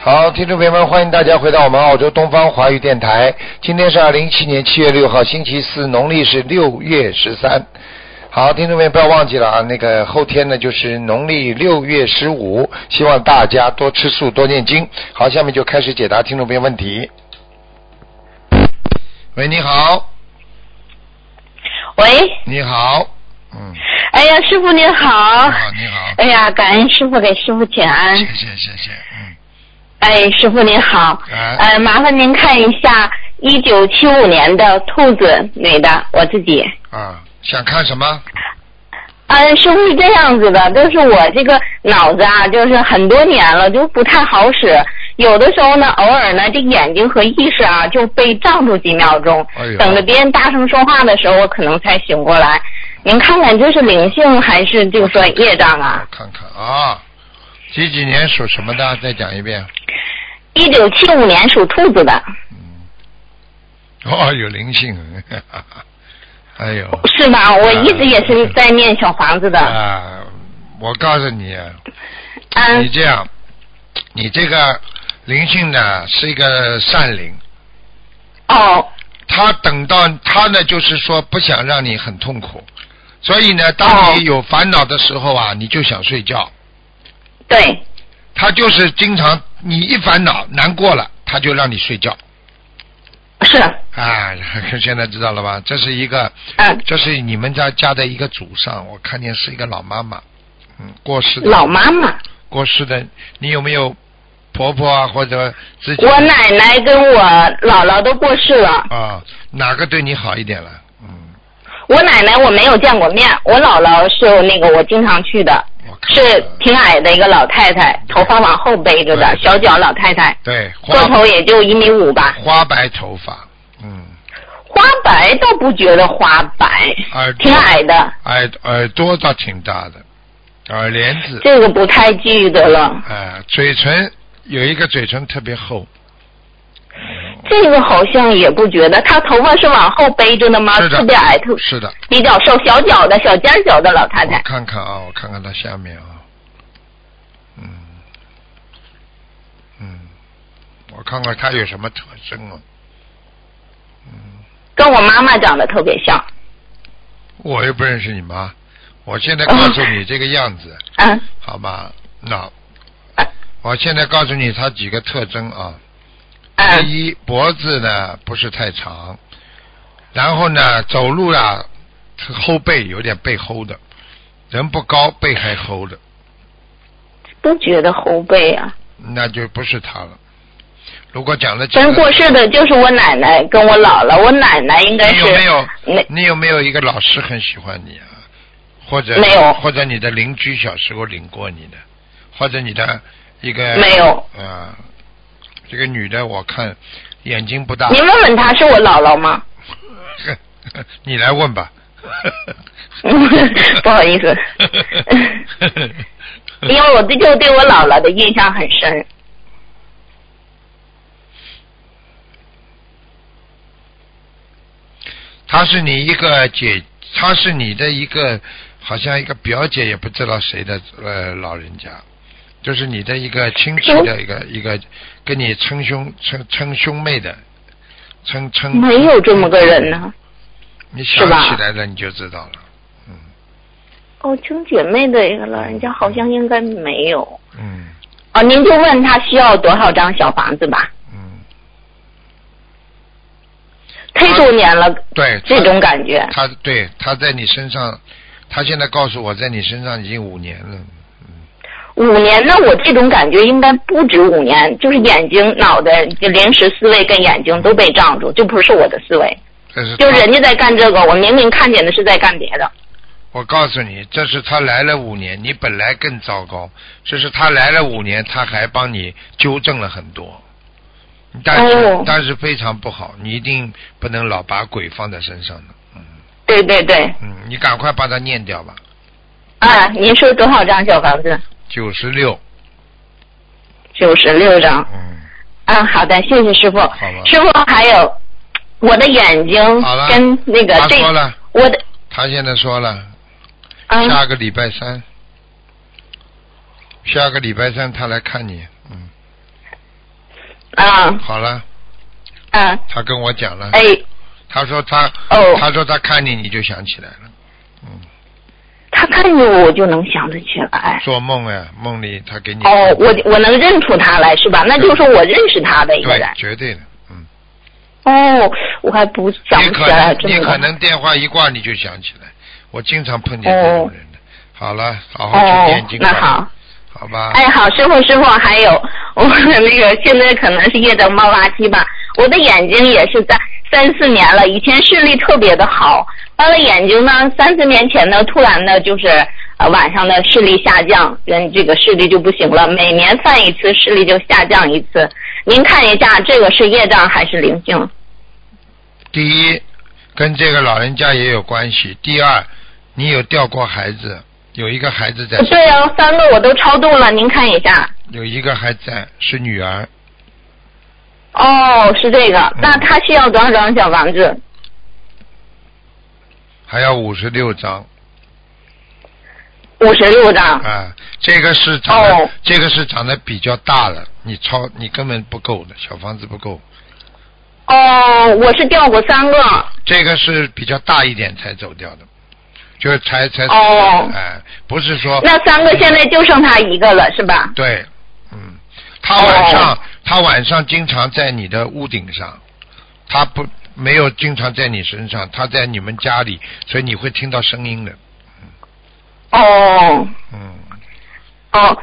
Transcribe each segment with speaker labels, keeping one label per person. Speaker 1: 好，听众朋友们，欢迎大家回到我们澳洲东方华语电台。今天是二零一七年七月六号，星期四，农历是六月十三。好，听众朋友不要忘记了啊，那个后天呢就是农历六月十五，希望大家多吃素，多念经。好，下面就开始解答听众朋友问题。喂，你好，
Speaker 2: 喂，
Speaker 1: 你好，嗯，
Speaker 2: 哎呀，师傅你好
Speaker 1: 你，好，你好，
Speaker 2: 哎呀，感恩师傅给师傅请安
Speaker 1: 谢，谢谢谢，嗯，
Speaker 2: 哎，师傅您好，
Speaker 1: 哎
Speaker 2: 呃，麻烦您看一下一九七五年的兔子女的，我自己，
Speaker 1: 啊，想看什么？
Speaker 2: 嗯，师傅是这样子的，就是我这个脑子啊，就是很多年了就不太好使，有的时候呢，偶尔呢，这眼睛和意识啊就被障住几秒钟，
Speaker 1: 哎呦
Speaker 2: 等着别人大声说话的时候，我可能才醒过来。您看看这是灵性还是就是说业障啊
Speaker 1: 我？看看啊，几几年属什么的？再讲一遍。
Speaker 2: 一九七五年属兔子的，
Speaker 1: 嗯，哦，有灵性， 哎呦，
Speaker 2: 是吧？我一直也是在念小房子的。
Speaker 1: 啊，我告诉你，你
Speaker 2: 嗯，
Speaker 1: 这样，你这个灵性呢是一个善灵，
Speaker 2: 哦，
Speaker 1: 他等到他呢就是说不想让你很痛苦，所以呢，当你有烦恼的时候啊，你就想睡觉，
Speaker 2: 对，
Speaker 1: 他就是经常你一烦恼难过了，他就让你睡觉。
Speaker 2: 是，
Speaker 1: 啊， 现在知道了吧？这是一个，
Speaker 2: 嗯，
Speaker 1: 这是你们家家的一个祖上，我看见是一个老妈妈，嗯，过世的
Speaker 2: 老妈妈，
Speaker 1: 过世的，你有没有婆婆啊或者自己
Speaker 2: 我奶奶跟我姥姥都过世了。
Speaker 1: 啊哪个对你好一点了？嗯，
Speaker 2: 我奶奶我没有见过面，我姥姥是那个我经常去的，
Speaker 1: 我看
Speaker 2: 是挺矮的一个老太太，头发往后背着的
Speaker 1: 对，
Speaker 2: 小脚老太太，
Speaker 1: 对
Speaker 2: 个
Speaker 1: 嗯花
Speaker 2: 头也就一米五吧。
Speaker 1: 花白头发，嗯，
Speaker 2: 花白倒不觉得花白
Speaker 1: 耳，朵
Speaker 2: 挺矮的，
Speaker 1: 耳耳朵倒挺大的，耳帘子，
Speaker 2: 这个不太记得了。
Speaker 1: 啊，嘴唇有一个嘴唇特别厚，嗯
Speaker 2: 这个好像也不觉得，她头发是往后背着的吗？
Speaker 1: 是的
Speaker 2: 特别矮，特
Speaker 1: 是的，
Speaker 2: 比较瘦，小脚的小尖儿脚的老太
Speaker 1: 我
Speaker 2: 太。
Speaker 1: 看看啊，我看看它下面啊，嗯，嗯，我看看它有什么特征啊？嗯，
Speaker 2: 跟我妈妈长得特别像。
Speaker 1: 我又不认识你妈，我现在告诉你这个样子，
Speaker 2: 嗯，
Speaker 1: 好吗？那
Speaker 2: 嗯
Speaker 1: 我现在告诉你它几个特征啊。
Speaker 2: 嗯，
Speaker 1: 第一，脖子呢不是太长，然后呢走路啊后背有点背齁的，人不高背还齁的。
Speaker 2: 不觉得后背啊。
Speaker 1: 那就不是他了。如果讲了几
Speaker 2: 真
Speaker 1: 个，
Speaker 2: 过世的就是我奶奶跟我姥姥，我奶奶应该
Speaker 1: 你
Speaker 2: 是
Speaker 1: 有没有
Speaker 2: 没
Speaker 1: 你有没有一个老师很喜欢你啊？或者
Speaker 2: 没有
Speaker 1: 或者你的邻居小时候领过你的，或者你的一个
Speaker 2: 没有？
Speaker 1: 啊，这个女的我看眼睛不大，
Speaker 2: 您问问她是我姥姥吗？
Speaker 1: 你来问吧
Speaker 2: 。不好意 思 因为我对就对我姥姥的印象很深。
Speaker 1: 她是你一个姐，她是你的一个，好像一个表姐，也不知道谁的呃老人家，就是你的一个亲戚的一个、一个跟你称兄称称兄妹的，称称
Speaker 2: 没有这么个人呢。
Speaker 1: 你
Speaker 2: 是
Speaker 1: 想
Speaker 2: 吧
Speaker 1: 起来了你就知道了，嗯
Speaker 2: 哦，亲姐妹的一个老人家好像应该没有。
Speaker 1: 嗯
Speaker 2: 哦，您就问她需要多少张小房子吧。
Speaker 1: 嗯，
Speaker 2: 忒多年了，
Speaker 1: 对，
Speaker 2: 这种感觉。
Speaker 1: 他对他在你身上，他现在告诉我在你身上已经五年了，
Speaker 2: 五年，那我这种感觉应该不止五年，就是眼睛、脑袋、临时思维跟眼睛都被障住，就不是我的思维。
Speaker 1: 这是
Speaker 2: 就
Speaker 1: 他
Speaker 2: 人家在干这个，我明明看见的是在干别的。
Speaker 1: 我告诉你，这是他来了五年，你本来更糟糕。这是他来了五年，他还帮你纠正了很多，但是、
Speaker 2: 哦
Speaker 1: 但是非常不好，你一定不能老把鬼放在身上的。嗯
Speaker 2: 对对对，
Speaker 1: 嗯，你赶快把它念掉吧。
Speaker 2: 啊，您说多少张小房子？
Speaker 1: 九十六，
Speaker 2: 九十六张。
Speaker 1: 嗯，
Speaker 2: 嗯，好的，谢谢师傅
Speaker 1: 好吧。
Speaker 2: 师傅还有我的眼睛
Speaker 1: 好了
Speaker 2: 跟那个
Speaker 1: 他
Speaker 2: 这
Speaker 1: 说了，
Speaker 2: 我的
Speaker 1: 他现在说了，
Speaker 2: 嗯
Speaker 1: 下个礼拜三，下个礼拜三他来看你。嗯，
Speaker 2: 嗯
Speaker 1: 好了，
Speaker 2: 嗯，
Speaker 1: 他跟我讲了，
Speaker 2: 哎，
Speaker 1: 他说他，
Speaker 2: 哦
Speaker 1: 他说他看见你就想起来了，嗯，
Speaker 2: 他看见我我就能想得起来。
Speaker 1: 做梦哎、梦里他给你
Speaker 2: 哦，我我能认出他来是吧？那就是我认识他的一个
Speaker 1: 对
Speaker 2: 人。，
Speaker 1: 绝对的，嗯，
Speaker 2: 哦，我还不想
Speaker 1: 你
Speaker 2: 不起
Speaker 1: 可
Speaker 2: 来
Speaker 1: 能
Speaker 2: 这
Speaker 1: 你
Speaker 2: 么
Speaker 1: 可
Speaker 2: 个。
Speaker 1: 能电话一挂你就想起来，我经常碰见这种人的。好了，好好去
Speaker 2: 哦
Speaker 1: 念，经吧，啊
Speaker 2: 那好。
Speaker 1: 好吧。
Speaker 2: 哎，好，师傅，师傅，还有我的那个现在可能是夜灯猫垃圾吧，我的眼睛也是在三四年了，以前视力特别的好，到了眼睛呢，三四年前呢，突然呢就是呃晚上的视力下降，人这个视力就不行了，每年犯一次视力就下降一次，您看一下这个是业障还是灵性？
Speaker 1: 第一，跟这个老人家也有关系；第二，你有掉过孩子，有一个孩子在，
Speaker 2: 对啊，三个我都超度了，您看一下。
Speaker 1: 有一个还在，是女儿，
Speaker 2: 哦，是这个
Speaker 1: 嗯，
Speaker 2: 那他需要多少张小房子？
Speaker 1: 还要五十六张
Speaker 2: 五十六张。
Speaker 1: 啊。这个是长得、
Speaker 2: 哦
Speaker 1: 这个是长得比较大了，你超你根本不够的，小房子不够。
Speaker 2: 哦，我是掉过三个。
Speaker 1: 这个是比较大一点才走掉的，就是才才死
Speaker 2: 哦
Speaker 1: 哎、不是说
Speaker 2: 那三个现在就剩他一个了，是吧？
Speaker 1: 对，嗯，他晚
Speaker 2: 哦
Speaker 1: 上、他晚上经常在你的屋顶上，他不没有经常在你身上，他在你们家里，所以你会听到声音的，
Speaker 2: 哦
Speaker 1: 嗯，
Speaker 2: 哦，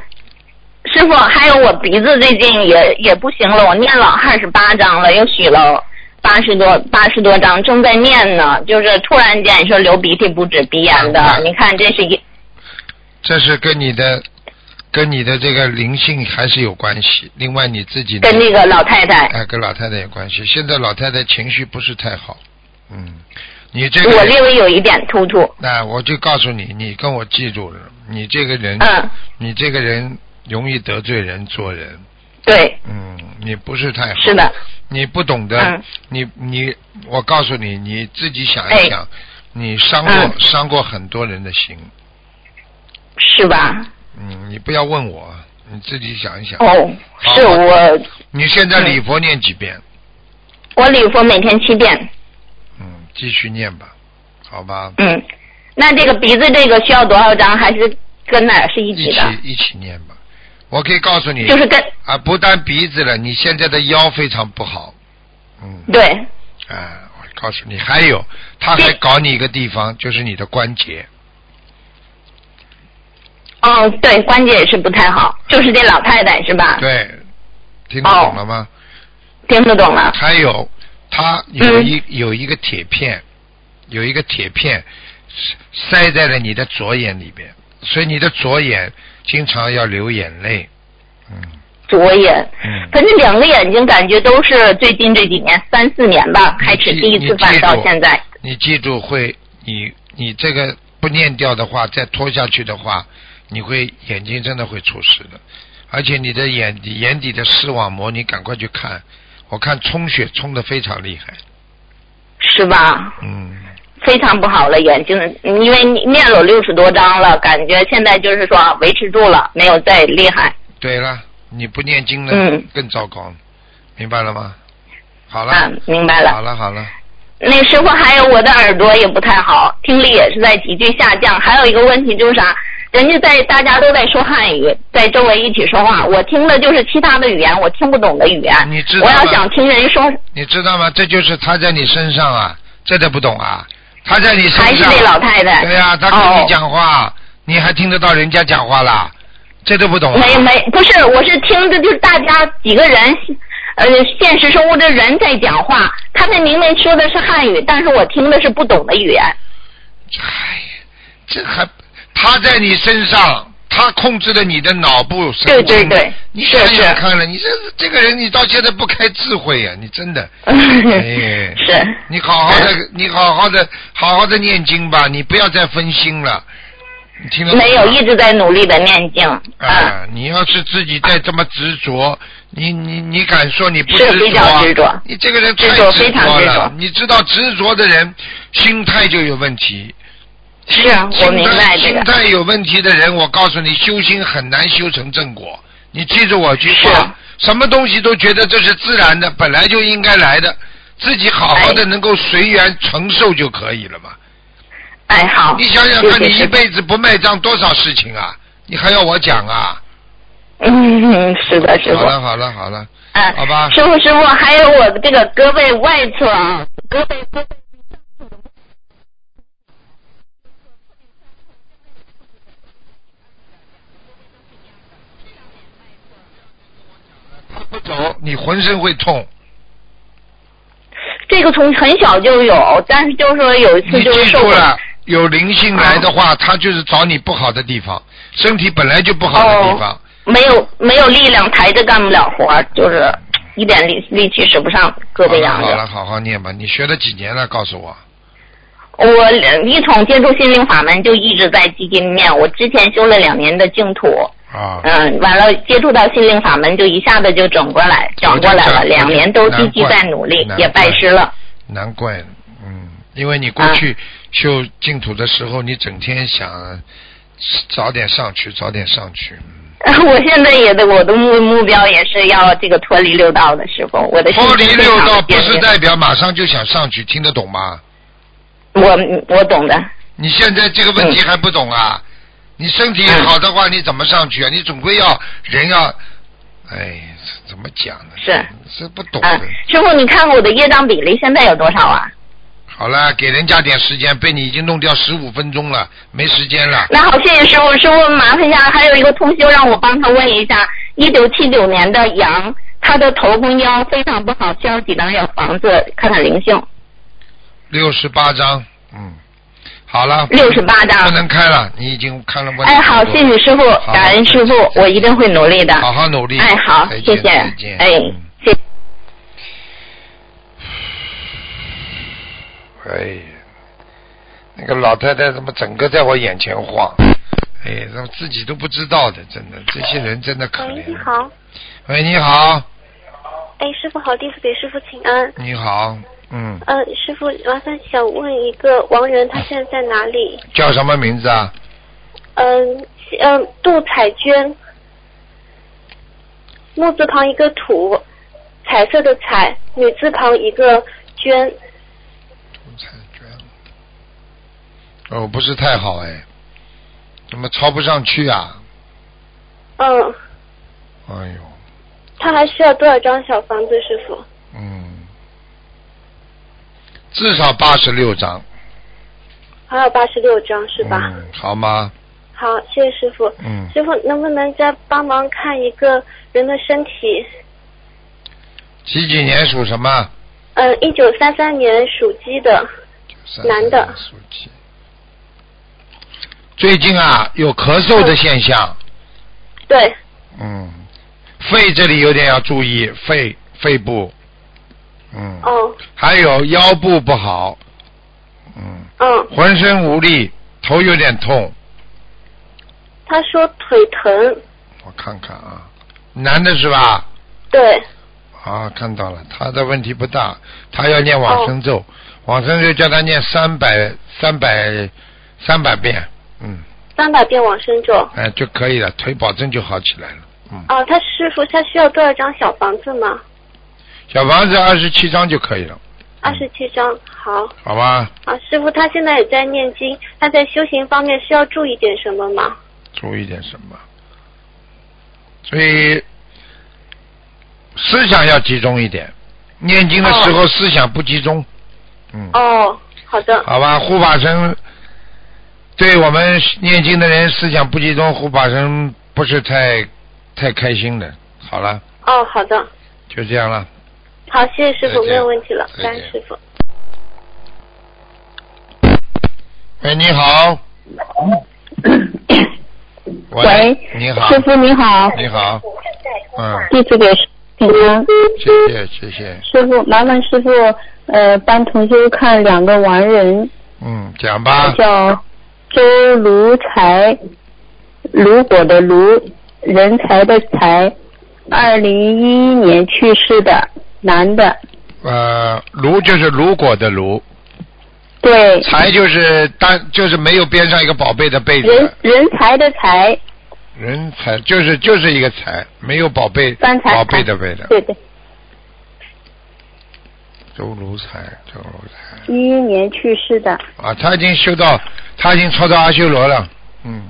Speaker 2: 师傅，还有我鼻子最近也也不行了，我念了二十八章了，又许了八十多八十多章，正在念呢，就是突然间说流鼻涕不止鼻炎的，
Speaker 1: 嗯
Speaker 2: 你看这是一
Speaker 1: 这是跟你的跟你的这个灵性还是有关系，另外你自己呢
Speaker 2: 跟那个老太太，
Speaker 1: 哎跟老太太有关系，现在老太太情绪不是太好，嗯，你这个
Speaker 2: 我
Speaker 1: 人
Speaker 2: 略微有一点突突，
Speaker 1: 那我就告诉你，你跟我记住了，你这个人，
Speaker 2: 嗯，
Speaker 1: 你这个人容易得罪人，做人，
Speaker 2: 对，
Speaker 1: 嗯，你不是太好，
Speaker 2: 是的，
Speaker 1: 你不懂得，
Speaker 2: 嗯
Speaker 1: 你你，我告诉你，你自己想
Speaker 2: 哎
Speaker 1: 一想，你伤过、
Speaker 2: 嗯
Speaker 1: 伤过很多人的心，
Speaker 2: 是吧？
Speaker 1: 嗯，你不要问我，你自己想一想。
Speaker 2: 哦，
Speaker 1: 好
Speaker 2: 是我
Speaker 1: 你现在
Speaker 2: 嗯
Speaker 1: 礼佛念几遍？
Speaker 2: 我礼佛每天七遍，
Speaker 1: 嗯，继续念吧，好吧，
Speaker 2: 嗯，那这个鼻子这个需要多少张？还是跟哪儿是一
Speaker 1: 一
Speaker 2: 起
Speaker 1: 起
Speaker 2: 的？
Speaker 1: 一起念吧。我可以告诉你，
Speaker 2: 就是跟
Speaker 1: 啊，不但鼻子了，你现在的腰非常不好，嗯，
Speaker 2: 对，
Speaker 1: 啊，我告诉你，还有他还搞你一个地方，就是你的关节，
Speaker 2: 哦对，关节也是不太好，就是这老太太是吧？，
Speaker 1: 对，听得懂了吗？
Speaker 2: 听得懂了。
Speaker 1: 还有他有一、有一个铁片，有一个铁片塞在了你的左眼里边，所以你的左眼经常要流眼泪，嗯
Speaker 2: 左眼，
Speaker 1: 嗯。
Speaker 2: 可是两个眼睛感觉都是最近这几年三四年吧开始
Speaker 1: 嗯你记
Speaker 2: 第一次犯到现在。
Speaker 1: 你记住会，你你这个不念掉的话，再拖下去的话，你会眼睛真的会出事的，而且你的眼底眼底的视网膜，你赶快去看，我看充血充的非常厉害，
Speaker 2: 是吧？
Speaker 1: 嗯，
Speaker 2: 非常不好了，眼睛，因为念了六十多章了，感觉现在就是说维持住了，没有再厉害。
Speaker 1: 对了，你不念经呢，
Speaker 2: 嗯
Speaker 1: 更糟糕，明白了吗？好了，
Speaker 2: 啊，明白了
Speaker 1: 好。了好了，
Speaker 2: 那师傅，还有我的耳朵也不太好，听力也是在急剧下降。还有一个问题就是啥，人家在大家都在说汉语，在周围一起说话，我听的就是其他的语言，我听不懂的语言。
Speaker 1: 啊你知道
Speaker 2: 我
Speaker 1: 吗
Speaker 2: 要想听人说，
Speaker 1: 你知道吗？这就是他在你身上啊，这都不懂啊，他在你身上啊
Speaker 2: 还是那老太太。
Speaker 1: 对呀、他跟
Speaker 2: 哦
Speaker 1: 你讲话，你还听得到人家讲话啦？这都不懂、啊。
Speaker 2: 没没，不是，我是听着就是大家几个人，呃，现实生活的人在讲话，他们明明说的是汉语，但是我听的是不懂的语言。
Speaker 1: 哎呀，这还他在你身上，他控制了你的脑部神经。
Speaker 2: 对对对
Speaker 1: 你
Speaker 2: 是
Speaker 1: 想
Speaker 2: 是
Speaker 1: 想看了，啊你这这个人，你到现在不开智慧啊呀、你真的。哎
Speaker 2: 是。
Speaker 1: 你好好的，你好好的，好好的念经吧，你不要再分心了。你听得懂吗
Speaker 2: 没有一直在努力的念经啊，
Speaker 1: 啊，你要是自己再这么执着，你你你敢说你不执
Speaker 2: 是
Speaker 1: 着？啊
Speaker 2: 比较执着
Speaker 1: 你这个人太
Speaker 2: 执着非常
Speaker 1: 执
Speaker 2: 执
Speaker 1: 了
Speaker 2: 着
Speaker 1: 你知道执着的人，心态就有问题。
Speaker 2: 是啊，我明白这
Speaker 1: 心态心。
Speaker 2: 个
Speaker 1: 态有问题的人，我告诉你，修心很难修成正果。你记住我一句
Speaker 2: 是
Speaker 1: 话
Speaker 2: 啊，
Speaker 1: 什么东西都觉得这是自然的，本来就应该来的，自己好好的
Speaker 2: 哎
Speaker 1: 能够随缘承受就可以了嘛。
Speaker 2: 哎，好，
Speaker 1: 你想想
Speaker 2: 谢
Speaker 1: 看，
Speaker 2: 谢
Speaker 1: 你一
Speaker 2: 师傅
Speaker 1: 辈子不卖账多少事情啊？你还要我讲啊？
Speaker 2: 嗯，是的，师
Speaker 1: 好
Speaker 2: 傅。
Speaker 1: 了好了好了，
Speaker 2: 嗯，
Speaker 1: 好吧
Speaker 2: 师傅，师傅，还有我这个胳膊外侧啊，胳膊胳膊。
Speaker 1: 不走你浑身会痛。
Speaker 2: 这个从很小就有，但是就是说有一次
Speaker 1: 你
Speaker 2: 就是
Speaker 1: 记
Speaker 2: 受
Speaker 1: 住
Speaker 2: 过
Speaker 1: 了，有灵性来的话，他就是找你不好的地方，身体本来就不好的
Speaker 2: 哦
Speaker 1: 地方。
Speaker 2: 没有没有力量，抬着干不了活儿，就是一点力力气使不上，胳膊
Speaker 1: 好
Speaker 2: 痒
Speaker 1: 了好了，
Speaker 2: 着。
Speaker 1: 好好念吧。你学了几年了？告诉我。
Speaker 2: 我一从接触心灵法门就一直在积极面，我之前修了两年的净土，
Speaker 1: 啊。
Speaker 2: 嗯，完了接触到心灵法门就一下子就转过来，转过来
Speaker 1: 我就
Speaker 2: 了，
Speaker 1: 转
Speaker 2: 两年都积极
Speaker 1: 难怪
Speaker 2: 在努力
Speaker 1: 难，怪
Speaker 2: 也拜师了。
Speaker 1: 难怪，嗯，因为你过
Speaker 2: 啊
Speaker 1: 去修净土的时候，你整天想早点上去，早点上去。嗯
Speaker 2: 我现在也的，我的目目标也是要这个脱离六道的师傅，我的心
Speaker 1: 脱离
Speaker 2: 情非
Speaker 1: 六
Speaker 2: 常
Speaker 1: 道
Speaker 2: 地
Speaker 1: 不
Speaker 2: 坚
Speaker 1: 是
Speaker 2: 定
Speaker 1: 代表马上就想上去，听得懂吗？
Speaker 2: 我我懂的，
Speaker 1: 你现在这个问
Speaker 2: 嗯
Speaker 1: 题还不懂啊？你身体好的话，你怎么上去啊？你总归要人要，哎，怎么讲呢？
Speaker 2: 是
Speaker 1: 是不懂
Speaker 2: 嗯
Speaker 1: 的。，
Speaker 2: 师傅你看看我的业障比例现在有多少啊？
Speaker 1: 好了，给人家点时间，被你已经弄掉十五分钟了，没时间了。
Speaker 2: 那好，谢谢师傅，师傅麻烦一下，还有一个同修让我帮他问一下，一九七九年的羊，他的头跟腰非常不好，需要几张小房子看看灵性，
Speaker 1: 六十八章，嗯，好了。
Speaker 2: 六十八
Speaker 1: 不
Speaker 2: 张。
Speaker 1: 能开了，你已经看了问题
Speaker 2: 嗯哎，好，
Speaker 1: 很多
Speaker 2: 谢谢师傅
Speaker 1: 好，
Speaker 2: 感恩师傅，我一定会努力的。
Speaker 1: 好好努力。
Speaker 2: 哎，好
Speaker 1: 再，见
Speaker 2: 谢谢
Speaker 1: 再，见。
Speaker 2: 哎
Speaker 1: 嗯，
Speaker 2: 谢谢。
Speaker 1: 哎，那个老太太怎么整个在我眼前晃？哎，怎么自己都不知道的，真的，这些人真的可
Speaker 3: 喂
Speaker 2: 哎
Speaker 1: 怜。，啊
Speaker 3: 你。好，
Speaker 1: 喂，你好，
Speaker 3: 哎，师傅好，弟子给师傅请安。
Speaker 1: 你好，嗯，
Speaker 3: 呃，师傅，麻烦想问一个亡人，他现在在哪里？
Speaker 1: 叫什么名字啊？
Speaker 3: 嗯、嗯、杜彩娟，木字旁一个土，彩色的彩，女字旁一个娟。
Speaker 1: 朱彩娟。哦，不是太好哎，怎么抄不上去啊？
Speaker 3: 嗯，
Speaker 1: 哎呦，
Speaker 3: 他还需要多少张小房子，师傅？
Speaker 1: 嗯，至少八十六张，
Speaker 3: 还有八十六张是吧？
Speaker 1: 嗯，好吗？
Speaker 3: 好，谢谢师傅。
Speaker 1: 嗯，
Speaker 3: 师傅，能不能再帮忙看一个人的身体？
Speaker 1: 几几年属什么？
Speaker 3: 嗯、一九三三年属鸡的。男的
Speaker 1: 属鸡。最近啊，有咳嗽的现
Speaker 3: 哦
Speaker 1: 象，
Speaker 3: 对，
Speaker 1: 嗯，肺这里有点要注意，肺肺部，嗯，
Speaker 3: 哦，
Speaker 1: 还有腰部不好，嗯，
Speaker 3: 嗯，
Speaker 1: 浑身无力，头有点痛，
Speaker 3: 他说腿疼，
Speaker 1: 我看看啊，男的是吧？
Speaker 3: 对，
Speaker 1: 啊，看到了，他的问题不大，他要念往生咒，往生咒叫他念三百三百三百遍，嗯，
Speaker 3: 三百遍往生咒。
Speaker 1: 哎就可以了，腿保证就好起来了，嗯，
Speaker 3: 哦，他师傅他需要多少张小房子吗？
Speaker 1: 小房子二十七章就可以了，
Speaker 3: 二十七张，好
Speaker 1: 好吧？
Speaker 3: 啊。师傅他现在也在念经，他在修行方面需要注意点什么吗？
Speaker 1: 注意点什么？所以思想要集中一点，念经的时候思想不集中，嗯，
Speaker 3: 哦，好的，
Speaker 1: 好吧，护法神对我们念经的人思想不集中，护法神不是太太开心的。好了，
Speaker 3: 哦，好的，
Speaker 1: 就这样了。
Speaker 3: 好，谢谢师
Speaker 1: 再
Speaker 3: 傅，
Speaker 1: 见
Speaker 3: 没有问题了，
Speaker 1: 再见
Speaker 3: 感恩师傅。
Speaker 1: 喂，你好。
Speaker 4: 喂
Speaker 1: 你好，
Speaker 4: 师傅你好，
Speaker 1: 你好，嗯，
Speaker 4: 弟子给师傅请安。
Speaker 1: 谢谢谢谢，
Speaker 4: 师傅，麻烦师傅呃帮同修看两个亡人，
Speaker 1: 嗯，讲吧，
Speaker 4: 叫周卢才，如果的卢，人才的才，二零一一年去世的男的，
Speaker 1: 呃，如就是如果的如，
Speaker 4: 对，
Speaker 1: 才就是单就是没有边上一个宝贝的贝
Speaker 4: 人
Speaker 1: 字，
Speaker 4: 人才的才，
Speaker 1: 人才就是就是一个才，没有宝贝
Speaker 4: 三才
Speaker 1: 宝贝的贝的
Speaker 4: 对对，
Speaker 1: 周如才周如才
Speaker 4: 一一年去世的。
Speaker 1: 啊，他已经修到他已经超到阿修罗了，嗯，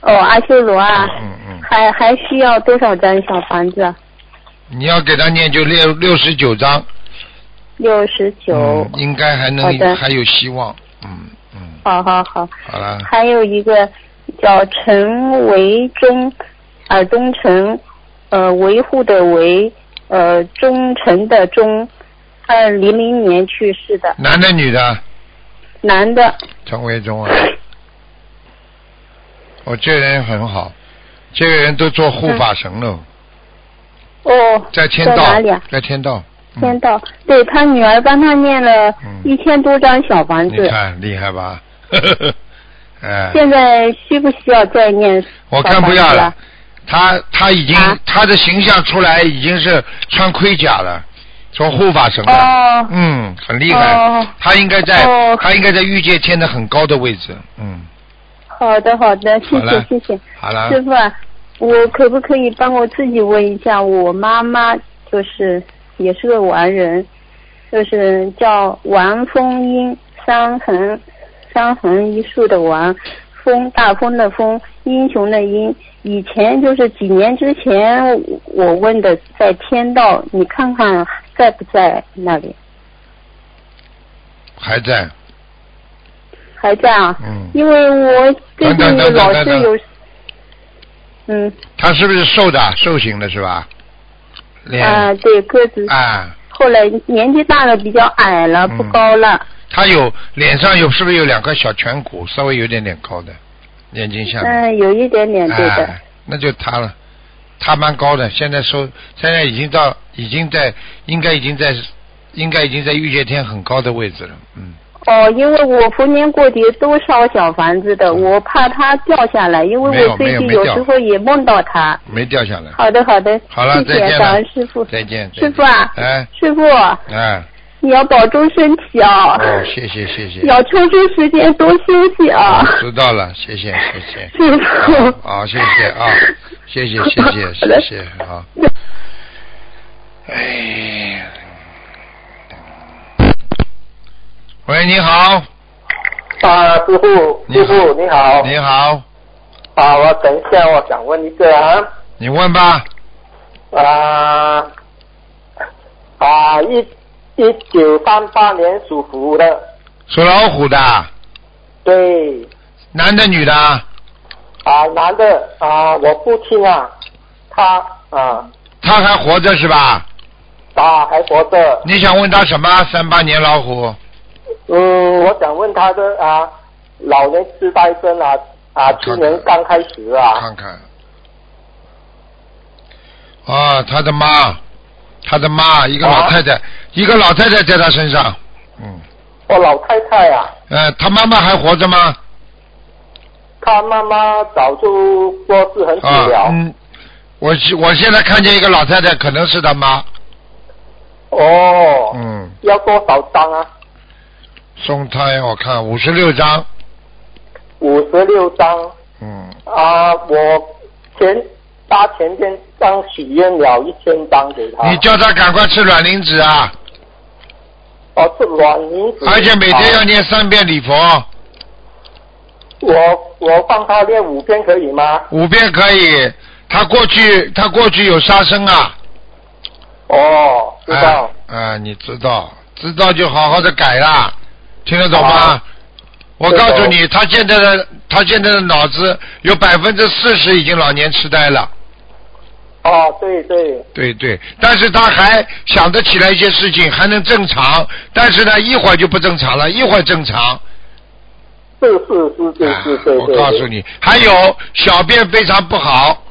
Speaker 4: 哦，阿修罗啊，
Speaker 1: 嗯嗯
Speaker 4: 还还需要多少张小房子？啊
Speaker 1: 你要给他念就六六十九章，
Speaker 4: 六十九
Speaker 1: 嗯，。应该还能
Speaker 4: 好的
Speaker 1: 还有希望，嗯嗯，
Speaker 4: 好好好。
Speaker 1: 好了，
Speaker 4: 还有一个叫陈维忠，耳东陈，呃，维护的维，呃，忠诚的忠，二零零年去世的，
Speaker 1: 男的女的，
Speaker 4: 男的，
Speaker 1: 陈维忠啊，我这个人很好，这个人都做护
Speaker 4: 嗯
Speaker 1: 法神了，
Speaker 4: 哦，
Speaker 1: 在天
Speaker 4: 哪
Speaker 1: 道
Speaker 4: 里啊？，
Speaker 1: 在天道，嗯
Speaker 4: 天道，对他女儿帮他念了
Speaker 1: 嗯
Speaker 4: 一千多张小房
Speaker 1: 你
Speaker 4: 子，
Speaker 1: 看厉害吧？ 呵呵呵哎，
Speaker 4: 现在需不需要再念
Speaker 1: 我看不
Speaker 4: 小
Speaker 1: 要
Speaker 4: 房子
Speaker 1: 了
Speaker 4: 啊。
Speaker 1: 他他已经、
Speaker 4: 啊
Speaker 1: 他的形象出来已经是穿盔甲了，从护法神了，
Speaker 4: 哦
Speaker 1: 嗯，很厉害。
Speaker 4: 哦
Speaker 1: 他应该在、
Speaker 4: 哦
Speaker 1: 他应该在欲界天的很高的位置，嗯，
Speaker 4: 好的，好的，谢
Speaker 1: 好了
Speaker 4: 谢，谢谢。
Speaker 1: 好了，
Speaker 4: 师傅啊，我可不可以帮我自己问一下，我妈妈就是也是个完人，就是叫王风英，三横三横一竖的王，风大风的风，英雄的英。以前就是几年之前我问的，在天道，你看看在不在那里？
Speaker 1: 还在，
Speaker 4: 还在啊？
Speaker 1: 嗯，
Speaker 4: 因为我最
Speaker 1: 等等
Speaker 4: 近老
Speaker 1: 等等
Speaker 4: 是
Speaker 1: 等
Speaker 4: 有，嗯
Speaker 1: 他是不是瘦的瘦型的是吧？脸
Speaker 4: 啊、对个子
Speaker 1: 啊
Speaker 4: 后来年纪大了，比较矮了，
Speaker 1: 嗯
Speaker 4: 不高了。
Speaker 1: 他有脸上有是不是有两个小颧骨，稍微有点点高的，眼睛下
Speaker 4: 嗯，
Speaker 1: 面。
Speaker 4: 有一点点对的。
Speaker 1: 哎那就他了，他蛮高的，现在收，现在已经到，已经在，应该已经在，应该已经在御界天很高的位置了，嗯，
Speaker 4: 哦，因为我逢年过节都烧小房子的，我怕它掉下来，因
Speaker 1: 嗯没
Speaker 4: 为
Speaker 1: 有
Speaker 4: 我最
Speaker 1: 没
Speaker 4: 近
Speaker 1: 有没
Speaker 4: 有
Speaker 1: 掉
Speaker 4: 时候也梦到它。
Speaker 1: 没掉下来。
Speaker 4: 好的，好的，
Speaker 1: 好了，
Speaker 4: 谢
Speaker 1: 再
Speaker 4: 谢，
Speaker 1: 见
Speaker 4: 感
Speaker 1: 了
Speaker 4: 恩师傅，
Speaker 1: 再见。
Speaker 4: 师傅啊
Speaker 1: 再见哎
Speaker 4: 师傅，
Speaker 1: 哎，
Speaker 4: 你要保重身体啊，
Speaker 1: 哦，谢谢谢谢。
Speaker 4: 要抽出时间多休息啊，
Speaker 1: 知道了，谢谢谢谢。
Speaker 4: 师傅。
Speaker 1: 好，谢谢啊，谢谢谢谢
Speaker 4: 好
Speaker 1: 谢
Speaker 4: 的
Speaker 1: 谢啊。哎，喂，你好，
Speaker 5: 啊，师傅，
Speaker 1: 你
Speaker 5: 师
Speaker 1: 好
Speaker 5: 傅你好，
Speaker 1: 你好，
Speaker 5: 啊，我等一下，我想问一个啊，
Speaker 1: 你问吧。
Speaker 5: 啊啊，一一九三八年属虎的，
Speaker 1: 属老虎的，
Speaker 5: 对，
Speaker 1: 男的女的，
Speaker 5: 啊，男的啊，我父亲啊，他啊
Speaker 1: 他还活着是吧？
Speaker 5: 啊还活着，
Speaker 1: 你想问他什么？三八年老虎，
Speaker 5: 嗯，我想问他的啊，老年痴呆症啊啊，去年刚开始啊，
Speaker 1: 看看。啊，他的妈，他的妈，一个
Speaker 5: 啊
Speaker 1: 老太太，一个老太太在他身上，嗯，
Speaker 5: 我老太太啊，
Speaker 1: 呃，他妈妈还活着吗？
Speaker 5: 她妈妈早就过世很久
Speaker 1: 啊
Speaker 5: 了，，
Speaker 1: 嗯，我我现在看见一个老太太，可能是他妈，
Speaker 5: 哦，
Speaker 1: 嗯，
Speaker 5: 要多少张啊？
Speaker 1: 送胎我看五十六张，
Speaker 5: 五十六张
Speaker 1: 嗯，
Speaker 5: 啊，我前大前天刚许愿了一千张给他，
Speaker 1: 你叫他赶快吃卵磷脂啊，
Speaker 5: 哦是卵磷脂，
Speaker 1: 而且每天要
Speaker 5: 啊
Speaker 1: 念三遍礼佛。
Speaker 5: 我我帮他练五遍可以吗？
Speaker 1: 五遍可以。他过去他过去有杀生啊，
Speaker 5: 哦，知道
Speaker 1: 啊，、啊，你知道知道就好好的改啦，听得懂吗
Speaker 5: 好？
Speaker 1: 我
Speaker 5: 知
Speaker 1: 告
Speaker 5: 道
Speaker 1: 诉你，他现在的他现在的脑子有百分之四十已经老年痴呆了，哎
Speaker 5: 哦对对，
Speaker 1: 对对，但是他还想得起来一些事情，还能正常，但是呢，一会儿就不正常了，一会儿正常。
Speaker 5: 是是是是
Speaker 1: 啊
Speaker 5: 是，对
Speaker 1: 我
Speaker 5: 对。
Speaker 1: 告诉你，还有小便非常不好，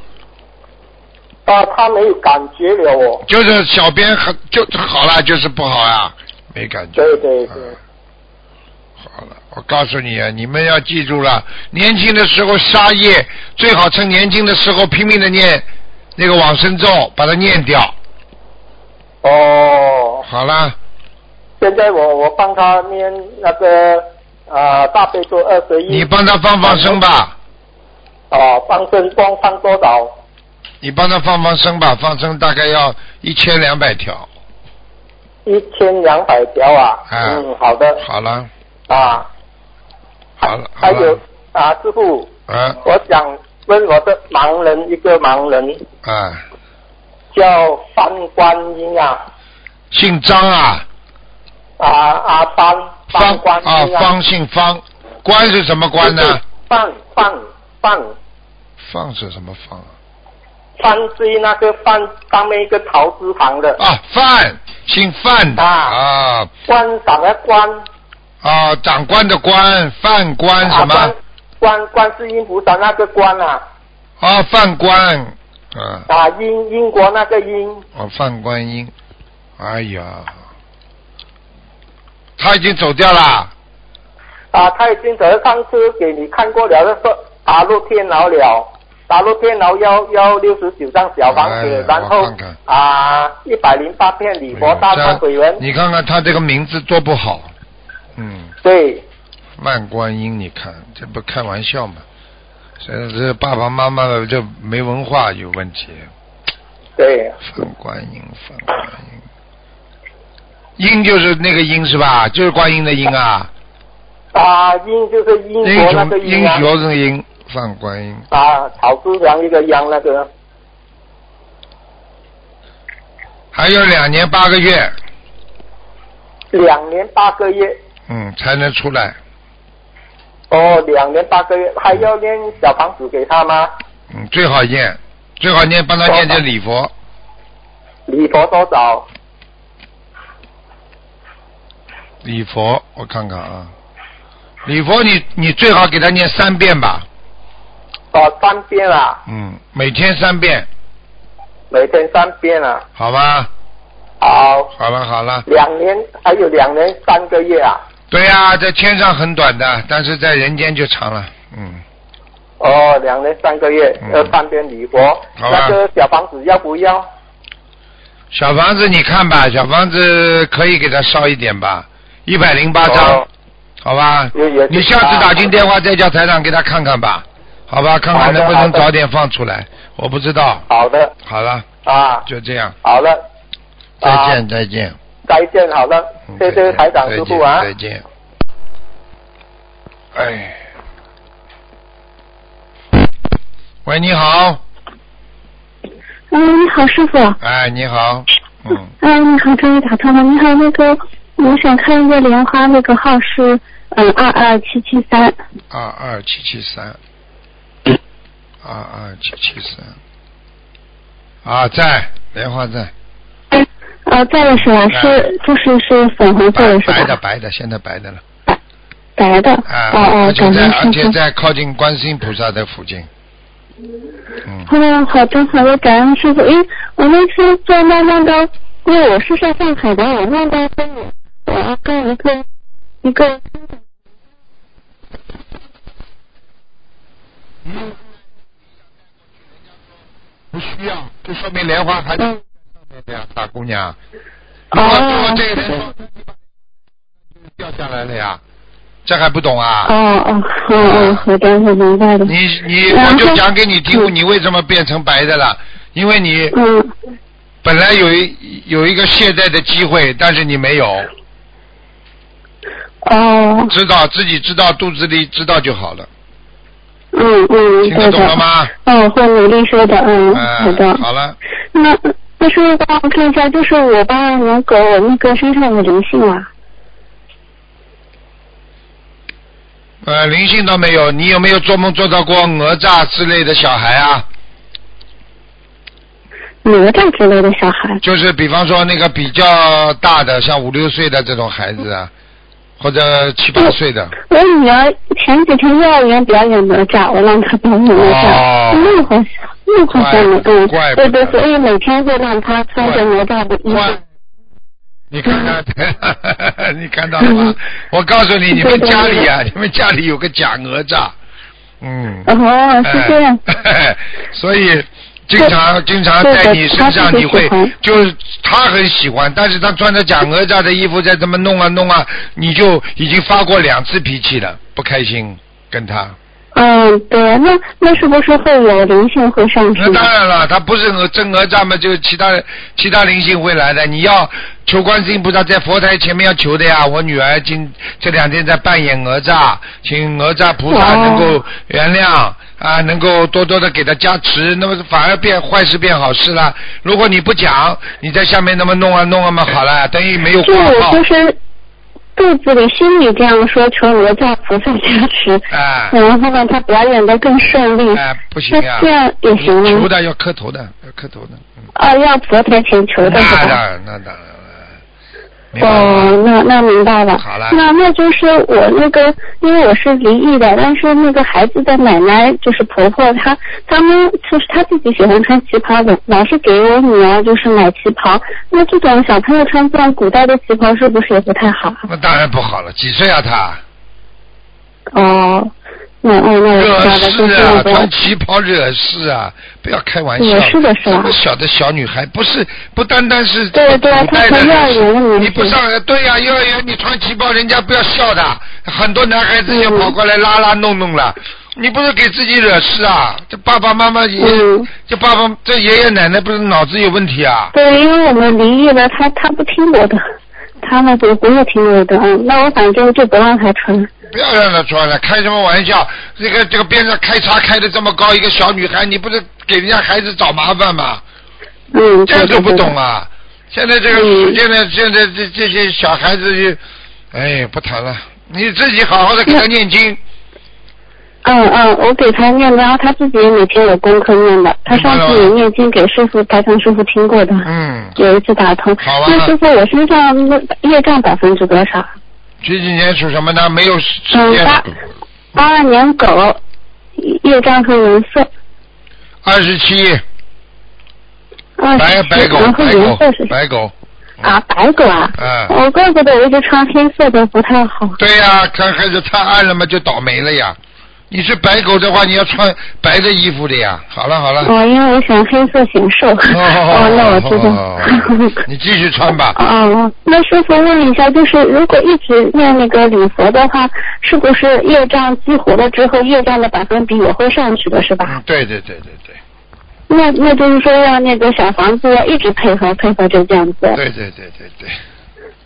Speaker 5: 啊，他没有感觉了哦，
Speaker 1: 就是小便很就好了，就是不好呀、没感觉。
Speaker 5: 对对对
Speaker 1: 嗯好了，我告诉你啊，你们要记住了，年轻的时候杀业，最好趁年轻的时候拼命的念那个往生咒，把它念掉。
Speaker 5: 哦，
Speaker 1: 好了，
Speaker 5: 现在我我帮他念那个啊大悲咒二十一，
Speaker 1: 你帮他放放生吧，
Speaker 5: 哦，放生光放多少？
Speaker 1: 你帮他放放生吧，放生大概要一千两百条。
Speaker 5: 一千两百条啊。
Speaker 1: 啊
Speaker 5: 嗯，好的。
Speaker 1: 好了，
Speaker 5: 啊。
Speaker 1: 好了，
Speaker 5: 还
Speaker 1: 好
Speaker 5: 有
Speaker 1: 了，
Speaker 5: 啊，师傅，
Speaker 1: 啊
Speaker 5: 我想问我的盲人一个盲人
Speaker 1: 啊，
Speaker 5: 叫范观音啊，
Speaker 1: 姓张啊，
Speaker 5: 啊啊方
Speaker 1: 方
Speaker 5: 方观
Speaker 1: 啊
Speaker 5: 音
Speaker 1: 方姓方，关是什么关呢？？
Speaker 5: 放放放
Speaker 1: 放是什么放啊？
Speaker 5: 放是那个放上面一个桃字旁的，
Speaker 1: 啊，范，姓范的
Speaker 5: 啊
Speaker 1: 啊
Speaker 5: 官长的官，
Speaker 1: 啊，长官的官，范官
Speaker 5: 啊
Speaker 1: 什么
Speaker 5: 观？观观世音菩萨那个观啊，
Speaker 1: 啊，范官，啊，
Speaker 5: 啊英英国那个英，
Speaker 1: 哦，范观音，哎呀，他已经走掉了，
Speaker 5: 啊，他已经得上次给你看过了，那个打入天牢了，打入天牢要要六十九张小房
Speaker 1: 哎
Speaker 5: 子，
Speaker 1: 我
Speaker 5: 然后
Speaker 1: 看看
Speaker 5: 啊一百零八片礼佛大忏悔
Speaker 1: 哎呦这
Speaker 5: 文，
Speaker 1: 你看看他这个名字多不好，嗯，
Speaker 5: 对，
Speaker 1: 万观音，你看这不开玩笑吗？这这爸爸妈妈的这没文化有问题，
Speaker 5: 对，
Speaker 1: 范观音，范观音，音就是那个音是吧？就是观音的音啊，
Speaker 5: 啊英就是英
Speaker 1: 英
Speaker 5: 国那个
Speaker 1: 雄
Speaker 5: 英
Speaker 1: 英
Speaker 5: 啊，
Speaker 1: 雄的音，范观音，
Speaker 5: 啊草字旁一个央那个，
Speaker 1: 还有两年八个月，
Speaker 5: 两年八个月，
Speaker 1: 嗯，才能出来，
Speaker 5: 哦，两年八个月，还要念小房子给他吗？
Speaker 1: 嗯，最好念，最好念，帮他念念礼佛，
Speaker 5: 礼佛多少？
Speaker 1: 礼佛，我看看啊，礼佛你你最好给他念三遍吧，
Speaker 5: 哦，三遍啊，
Speaker 1: 嗯，每天三遍，
Speaker 5: 每天三遍啊，
Speaker 1: 好吧？
Speaker 5: 好，
Speaker 1: 好了好了，
Speaker 5: 两年还有两年三个月啊。
Speaker 1: 对呀、在天上很短的，但是在人间就长了，嗯，
Speaker 5: 哦，两年三个月
Speaker 1: 嗯
Speaker 5: 要三遍礼佛，
Speaker 1: 好啊吧
Speaker 5: 那个小房子要不要？
Speaker 1: 小房子你看吧，小房子可以给他烧一点吧，一百零八张，
Speaker 5: 哦
Speaker 1: 好吧
Speaker 5: 也也？是
Speaker 1: 你下次打进电话再叫台长给他看看吧，好吧？看看
Speaker 5: 好的
Speaker 1: 能不能
Speaker 5: 好的
Speaker 1: 早点放出来，我不知道。
Speaker 5: 好的
Speaker 1: 好了，
Speaker 5: 啊，
Speaker 1: 就这样，
Speaker 5: 好了，
Speaker 1: 再
Speaker 5: 啊
Speaker 1: 见再见，
Speaker 5: 再见，好了
Speaker 1: 嗯，
Speaker 5: 谢
Speaker 1: 再
Speaker 5: 谢
Speaker 1: 见
Speaker 5: 台长
Speaker 1: 再
Speaker 5: 师
Speaker 1: 见
Speaker 5: 傅啊，
Speaker 1: 再见。哎，喂，你好，
Speaker 6: 嗯，你好，师傅。
Speaker 1: 哎，你好，嗯。
Speaker 6: 嗯，你好，终于打通了。你好，那个，我想看一个莲花，那个号是嗯二二七七三。
Speaker 1: 二二七七三，二二七七三，啊，在莲花在，
Speaker 6: 呃，在的是
Speaker 1: 啊
Speaker 6: 吧？是就是是粉红色
Speaker 1: 白
Speaker 6: 的是
Speaker 1: 白的
Speaker 6: 吧？
Speaker 1: 白的，现在白的了，
Speaker 6: 白的。
Speaker 1: 啊，
Speaker 6: 哦
Speaker 1: 而
Speaker 6: 哦，
Speaker 1: 且
Speaker 6: 感
Speaker 1: 在
Speaker 6: 恩
Speaker 1: 而且
Speaker 6: 师傅。
Speaker 1: 在靠近观世音菩萨的附近，嗯，
Speaker 6: 后来好的好的，感恩师傅。因为我那次做梦梦到，因为我是在上海的，我梦到跟我我要跟一个一个
Speaker 1: 不需要，就说明莲花还在
Speaker 6: 嗯
Speaker 1: 上面的呀，大姑娘，如果如果
Speaker 6: 哦
Speaker 1: 这个人说你把莲花掉下来了呀，这还不懂
Speaker 6: 哦
Speaker 1: 啊？
Speaker 6: 哦哦哦，好的，我明白了。
Speaker 1: 你你
Speaker 6: 嗯然
Speaker 1: 我
Speaker 6: 后
Speaker 1: 就讲给你听，
Speaker 6: 嗯
Speaker 1: 你为什么变成白的了？因为你
Speaker 6: 嗯。
Speaker 1: 本来有一有一个懈怠的机会，但是你没有，
Speaker 6: 嗯哦，
Speaker 1: 知道自己知道肚子里知道就好了，
Speaker 6: 嗯嗯，
Speaker 1: 听
Speaker 6: 对
Speaker 1: 得懂
Speaker 6: 的
Speaker 1: 了。吗？
Speaker 6: 嗯，会努力说的，嗯，好
Speaker 1: 嗯，
Speaker 6: 的。
Speaker 1: 好了，
Speaker 6: 那那师傅帮我看一下，就是我八二年狗，我那个身上的灵性啊，
Speaker 1: 呃，灵性倒没有，你有没有做梦做到过哪吒之类的小孩啊？
Speaker 6: 哪吒之类的小孩。
Speaker 1: 就是比方说那个比较大的，像五六岁的这种孩子啊，或者七
Speaker 6: 嗯
Speaker 1: 八岁的，
Speaker 6: 我女儿前几天幼儿园表演哪吒，我让她表演哪
Speaker 1: 哦
Speaker 6: 吒，那会儿那会儿像的，嗯，
Speaker 1: 怪不得
Speaker 6: 对对，所以每天会让她穿着哪吒的衣
Speaker 1: 哇
Speaker 6: 服。！
Speaker 1: 你看 看，你看到了吗
Speaker 6: 嗯？
Speaker 1: 我告诉你，你们
Speaker 6: 对对
Speaker 1: 家里啊，你们家里有个假哪吒，嗯。
Speaker 6: 哦，是这样。
Speaker 1: 哎 所以经常经常
Speaker 6: 对的
Speaker 1: 在你身上，
Speaker 6: 他自己
Speaker 1: 你会
Speaker 6: 喜欢
Speaker 1: 就是他很喜欢，但是他穿着假哪吒的衣服再这么弄啊弄啊，你就已经发过两次脾气了，不开心跟他。
Speaker 6: 嗯，对，那那是不是会有灵性会上去
Speaker 1: 那
Speaker 6: 呢
Speaker 1: 当？然了，他不是讹真讹诈嘛，就是其他人其他灵性会来的。你要求观世音菩萨在佛台前面要求的呀。我女儿今这两天在扮演讹诈，请讹诈菩萨
Speaker 6: 哦
Speaker 1: 能够原谅啊，能够多多的给他加持，那么反而变坏事变好事了。如果你不讲，你在下面那么弄啊弄啊嘛，好了，等于没有
Speaker 6: 就
Speaker 1: 挂
Speaker 6: 我
Speaker 1: 号。
Speaker 6: 就是肚子里心里这样说，求哪吒菩萨加持，
Speaker 1: 哎
Speaker 6: 然后让他表演的更顺利。
Speaker 1: 哎，不行
Speaker 6: 那
Speaker 1: 呀、
Speaker 6: 嗯这样也行
Speaker 1: 你求
Speaker 6: 吗？
Speaker 1: 的要磕头的，要磕头的。嗯
Speaker 6: 啊，要佛台前求的
Speaker 1: 那
Speaker 6: 是
Speaker 1: 当
Speaker 6: 吧？
Speaker 1: 然，那当然了。明白吗
Speaker 6: 哦，那那明白了。
Speaker 1: 好了
Speaker 6: 那那就是我那个，因为我是离异的，但是那个孩子的奶奶就是婆婆，她他们就是她自己喜欢穿旗袍的，老是给我女儿就是买旗袍。那这种小朋友穿这样古代的旗袍是不是也不太好啊？
Speaker 1: 那当然不好了，几岁啊他？
Speaker 6: 哦，那那那我
Speaker 1: 惹
Speaker 6: 知道了，
Speaker 1: 事啊，
Speaker 6: 就是那个
Speaker 1: 穿。旗袍惹事啊！不要开玩笑，
Speaker 6: 惹事的事
Speaker 1: 这
Speaker 6: 啊
Speaker 1: 么小的小女孩，不是不单单是
Speaker 6: 对对啊
Speaker 1: 古代
Speaker 6: 她
Speaker 1: 的
Speaker 6: 从幼儿园里面
Speaker 1: 你不上对呀、哎幼儿园你穿旗袍，人家不要笑的，很多男孩子就
Speaker 6: 嗯
Speaker 1: 跑过来拉拉弄弄了。你不是给自己惹事啊？这爸爸妈妈也，
Speaker 6: 嗯
Speaker 1: 这爸爸这爷爷奶奶不是脑子有问题啊？
Speaker 6: 对，因为我们离异了，她她不听我的，她那个不会听我的，嗯，那我反正就不让她穿。
Speaker 1: 不要让他穿了，开什么玩笑？这个这个边上开叉开的这么高，一个小女孩，你不是给人家孩子找麻烦吗？
Speaker 6: 嗯，
Speaker 1: 这都
Speaker 6: 对
Speaker 1: 不懂。啊！现在这个
Speaker 6: 嗯
Speaker 1: 现在现在这这些小孩子就，哎，不谈了，你自己好好的给他念经。
Speaker 6: 对对嗯嗯，我给她念，然后她自己也每天有功课念的，她上次也念经给师傅台上师傅听过的，
Speaker 1: 嗯，
Speaker 6: 有一次打通。
Speaker 1: 好吧
Speaker 6: 那师傅，我身上那业障百分之多少？
Speaker 1: 几几年属什么呢？没有时
Speaker 6: 嗯，
Speaker 1: 间。
Speaker 6: 八八二年狗，业障和颜色。
Speaker 1: 二十七，
Speaker 6: 二
Speaker 1: 白
Speaker 6: 十
Speaker 1: 白
Speaker 6: 七，
Speaker 1: 狗
Speaker 6: 然，后
Speaker 1: 白
Speaker 6: 颜色是
Speaker 1: 狗，白狗。
Speaker 6: 啊，白狗啊。
Speaker 1: 嗯
Speaker 6: 我怪不得我一直穿黑色的不太好。
Speaker 1: 对呀、看孩子太暗了嘛，就倒霉了呀。你是白狗的话，你要穿白的衣服的呀。好了好了。
Speaker 6: 我哦因为我喜欢黑色显瘦。 哦那我知
Speaker 1: 哦
Speaker 6: 道。
Speaker 1: 你继续穿吧。
Speaker 6: 哦，那师傅问一下，就是如果一直念那个礼佛的话，是不是业障激活了之后，业障的百分比也会上去的，是吧？
Speaker 1: 嗯，对对对对对，
Speaker 6: 那那就是说要那个小房子要一直配合配合着这样子。
Speaker 1: 对对对对对。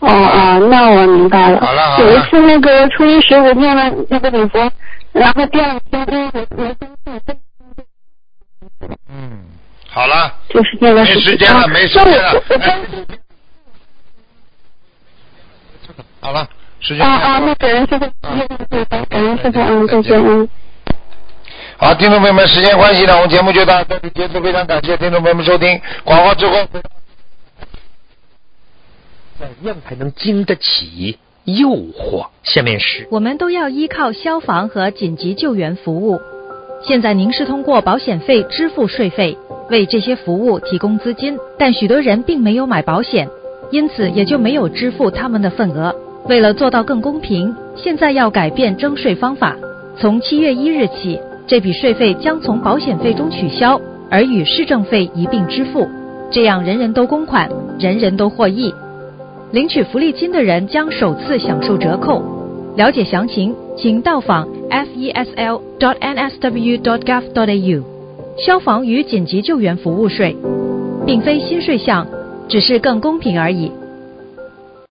Speaker 6: 哦哦，那我明白了。
Speaker 1: 好了好了
Speaker 6: 有一次那个初一十五念了那个礼佛，然后第二天因为我我生病
Speaker 1: 嗯，好了，
Speaker 6: 就是那个
Speaker 1: 没时间了，没时间
Speaker 6: 那
Speaker 1: 了
Speaker 6: 我我。
Speaker 1: 哎
Speaker 6: 刚。
Speaker 1: 哎好了，时间
Speaker 6: 啊
Speaker 1: 差
Speaker 6: 啊，
Speaker 1: 不多
Speaker 6: 那感恩师傅，
Speaker 1: 嗯
Speaker 6: 感恩师傅，嗯，再见，嗯。
Speaker 1: 好，听众朋友们，时间关系呢，我们节目就到这里结束，非常感谢听众朋友们收听。广告之后。
Speaker 7: 怎样才能经得起诱惑？下面是
Speaker 8: 我们都要依靠消防和紧急救援服务。现在您是通过保险费支付税费，为这些服务提供资金，但许多人并没有买保险，因此也就没有支付他们的份额。为了做到更公平，现在要改变征税方法。从七月一日起，这笔税费将从保险费中取消，而与市政费一并支付，这样人人都公款，人人都获益。领取福利金的人将首次享受折扣。了解详情，请到访 E fesl.nsw.gov.au 消防与紧急救援服务税，并非新税项，只是更公平而已。